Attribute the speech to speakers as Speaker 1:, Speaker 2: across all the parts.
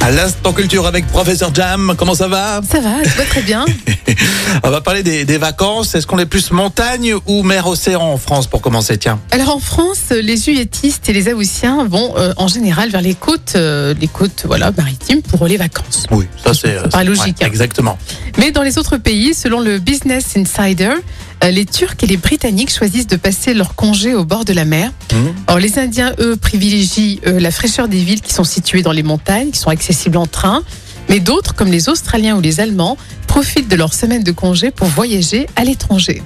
Speaker 1: À l'instant culture avec professeur Jam, comment ça va
Speaker 2: Ça va, je vois très bien.
Speaker 1: On va parler des, des vacances. Est-ce qu'on est plus montagne ou mer océan en France pour commencer Tiens,
Speaker 2: Alors en France, les juilletistes et les aoussiens vont euh, en général vers les côtes, euh, les côtes voilà, maritimes pour les vacances.
Speaker 1: oui, ça c'est
Speaker 2: Ça paraît
Speaker 1: euh,
Speaker 2: logique, hein.
Speaker 1: exactement.
Speaker 2: Mais dans les autres pays, selon le Business Insider, euh, les Turcs et les Britanniques choisissent de passer leur congé au bord de la mer.
Speaker 1: Mhm.
Speaker 2: Alors les Indiens, eux, privilégient euh, la fraîcheur des villes qui sont situées dans les montagnes, qui sont accessibles en train. Mais d'autres, comme les Australiens ou les Allemands, profitent de leur semaine de congé pour voyager à l'étranger.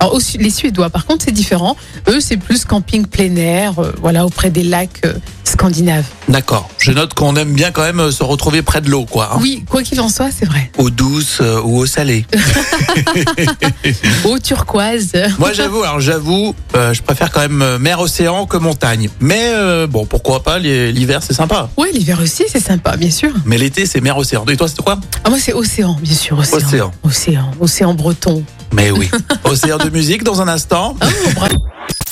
Speaker 2: Alors, au Su- les Suédois, par contre, c'est différent. Eux, c'est plus camping plein air, euh, voilà, auprès des lacs euh, scandinaves.
Speaker 1: D'accord. Je note qu'on aime bien quand même euh, se retrouver près de l'eau, quoi. hein.
Speaker 2: Oui, quoi qu'il en soit, c'est vrai.
Speaker 1: Eau douce euh, ou eau salée.
Speaker 2: Eau turquoise.
Speaker 1: Moi j'avoue, alors j'avoue, euh, je préfère quand même euh, mer océan que montagne. Mais euh, bon, pourquoi pas, l'hi- l'hiver c'est sympa.
Speaker 2: Ouais, l'hiver aussi, c'est sympa, bien sûr.
Speaker 1: Mais l'été c'est mer océan. Et toi c'est quoi
Speaker 2: Ah, moi, c'est océan, bien sûr, océan.
Speaker 1: Océan.
Speaker 2: Océan, océan breton. Ah,
Speaker 1: Mais oui. océan de musique dans un instant.